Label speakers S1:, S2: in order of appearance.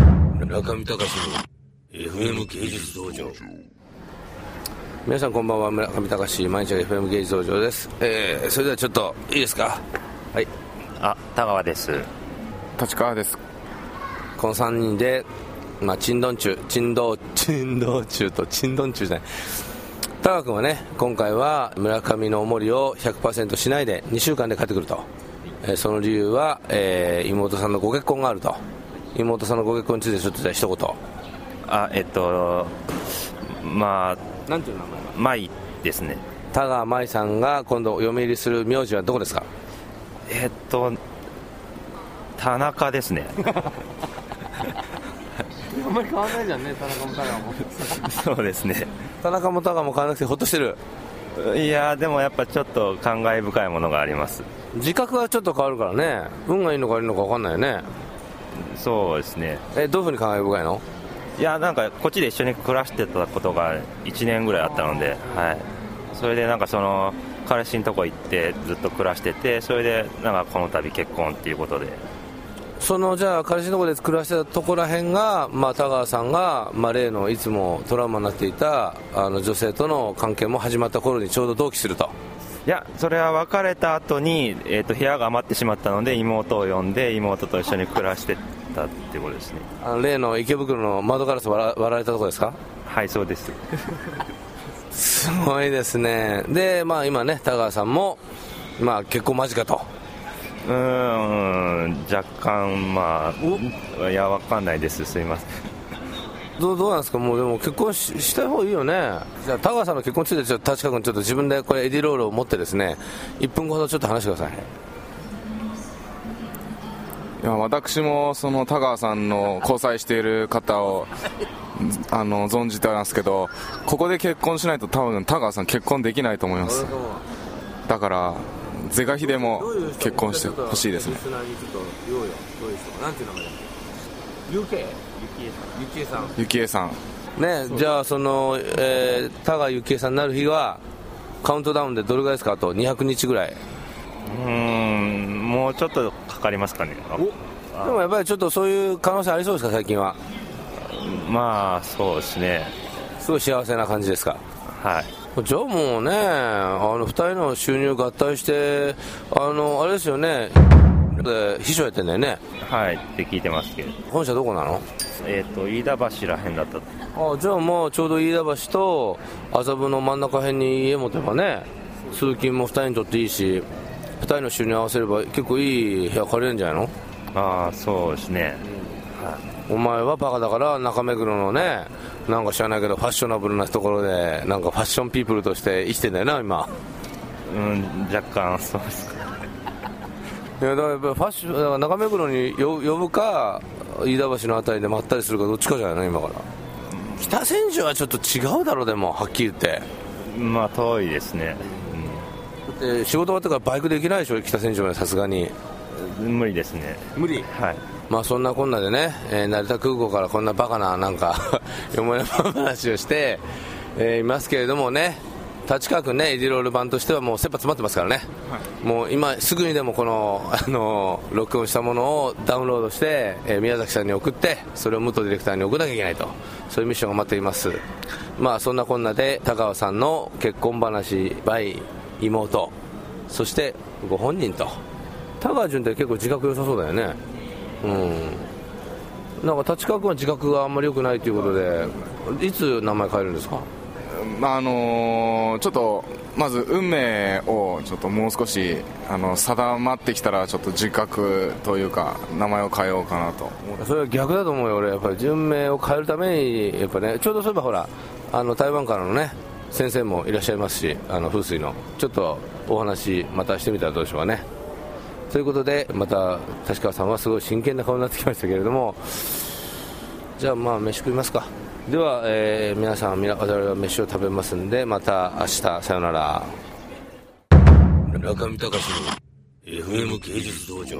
S1: 中見隆の FM 芸術道場皆さんこんばんは村上隆毎日は FM 芸術道場です、えー、それではちょっといいですかはい
S2: あ田川です
S3: 立川です
S1: この3人でまあチンドン中チンドチンド中とチンドン中じゃない田川君はね今回は村上のおもりを100%しないで2週間で帰ってくると、えーその理由は、えー妹さんのご結婚があると妹さんのご結婚についてちょっとじゃあ一言
S2: あえっとま
S1: なんていう名前
S2: あ舞ですね
S1: 田川舞さんが今度お嫁入りする名字はどこですか
S2: えっと田中ですね
S3: あんまり変わんないじゃんね田中も田川も
S2: そうですね
S1: 田中も田川も変わらなくてほっとしてる
S2: いやーでもやっぱちょっと感慨深いものがあります
S1: 自覚がちょっと変わるからね運がいいのか悪いのか分かんないよね
S2: そうですね
S1: えどういうふうに考え深いの
S2: いやなんかこっちで一緒に暮らしてたことが1年ぐらいあったので、はい、それでなんかその彼氏のとこ行ってずっと暮らしててそれでなんかこの度結婚っていうことで
S1: そのじゃあ彼氏のとこで暮らしてたとこらへんが、まあ、田川さんが、まあ、例のいつもトラウマになっていたあの女性との関係も始まった頃にちょうど同期すると
S2: いやそれは別れた後に、えー、と部屋が余ってしまったので妹を呼んで妹と一緒に暮らしてたってことですね
S1: あの例の池袋の窓ガラス割ら割られたとこですか
S2: はいそ うです
S1: すごいですねでまあ今ね田川さんも、まあ、結婚間近と
S2: うーん若干まあいやわかんないですすいません
S1: どうどうなんですかもうでも結婚しした方がいいよねじゃあ田川さんの結婚についてちょっと確か君ちょっと自分でこれエディロールを持ってですね1分ほどちょっと話してください
S3: いや私もその田川さんの交際している方をあの存じてますけどここで結婚しないと多分田川さん結婚できないと思いますだから是が非でも結婚してほしいですね
S1: なんていう名前だゆきえゆきえさん
S3: ゆきえさん
S1: ねじゃあその、えー、田川ゆきえさんになる日はカウントダウンでどれぐらいですかあと200日ぐらいう
S2: ーんもうちょっとかかりますかね
S1: でもやっぱりちょっとそういう可能性ありそうですか最近は
S2: まあそうですね
S1: すごい幸せな感じですか
S2: はい
S1: じゃあもうね、あの、二人の収入合体して、あの、あれですよね、で秘書やってんだよね。
S2: はいって聞いてますけど
S1: 本社どこなの
S2: えっ、と飯田橋らへんだったと
S1: あじゃあもうちょうど飯田橋と麻布の真ん中辺に家持てばね、通勤も二人にとっていいし、二人の収入合わせれば結構いい部屋借りれるんじゃないの
S2: ああそうですね
S1: お前はバカだから中目黒のね、なんか知らないけどファッショナブルなところで、なんかファッションピープルとして生きてんだよな、今。
S2: うん若干そうですか
S1: いやだからやっぱりファッションだから中目黒によ呼ぶか飯田橋のあたりでまったりするかどっちかじゃないの今から北千住はちょっと違うだろうでもはっきり言って
S2: まあ遠いですね、
S1: で仕事終わってからバイクで行けないでしょ北千住までさすがに
S2: うん、無理ですね
S1: 無理
S2: はい
S1: まあそんなこんなでね、えー成田空港からこんなバカななんか よもやま話をして、えーいますけれどもね立川君ねエディロール版としてはもう切羽詰まってますからね、もう今すぐにでもこの、あのー録音したものをダウンロードして、えー宮崎さんに送ってそれを武藤ディレクターに送らなきゃいけないとそういうミッションが待っていますまあそんなこんなで高尾さんの結婚話 by 妹そしてご本人と田川潤って結構自覚良さそうだよねうんなんか立川君は自覚があんまり良くないということでいつ名前変えるんですか
S3: あのーちょっとまず運命をちょっともう少しあの定まってきたらちょっと自覚というか名前を変えようかなと
S1: それは逆だと思うよ俺やっぱり順名を変えるためにやっぱねちょうどそういえばほらあの台湾からのね先生もいらっしゃいますしあの風水のちょっとお話またしてみたらどうでしょうかねということでまた立川さんはすごい真剣な顔になってきましたけれどもじゃあまあ飯食いますかでは、えー皆さん皆我々は飯を食べますんでまた明日さよなら中見隆の FM 芸術道場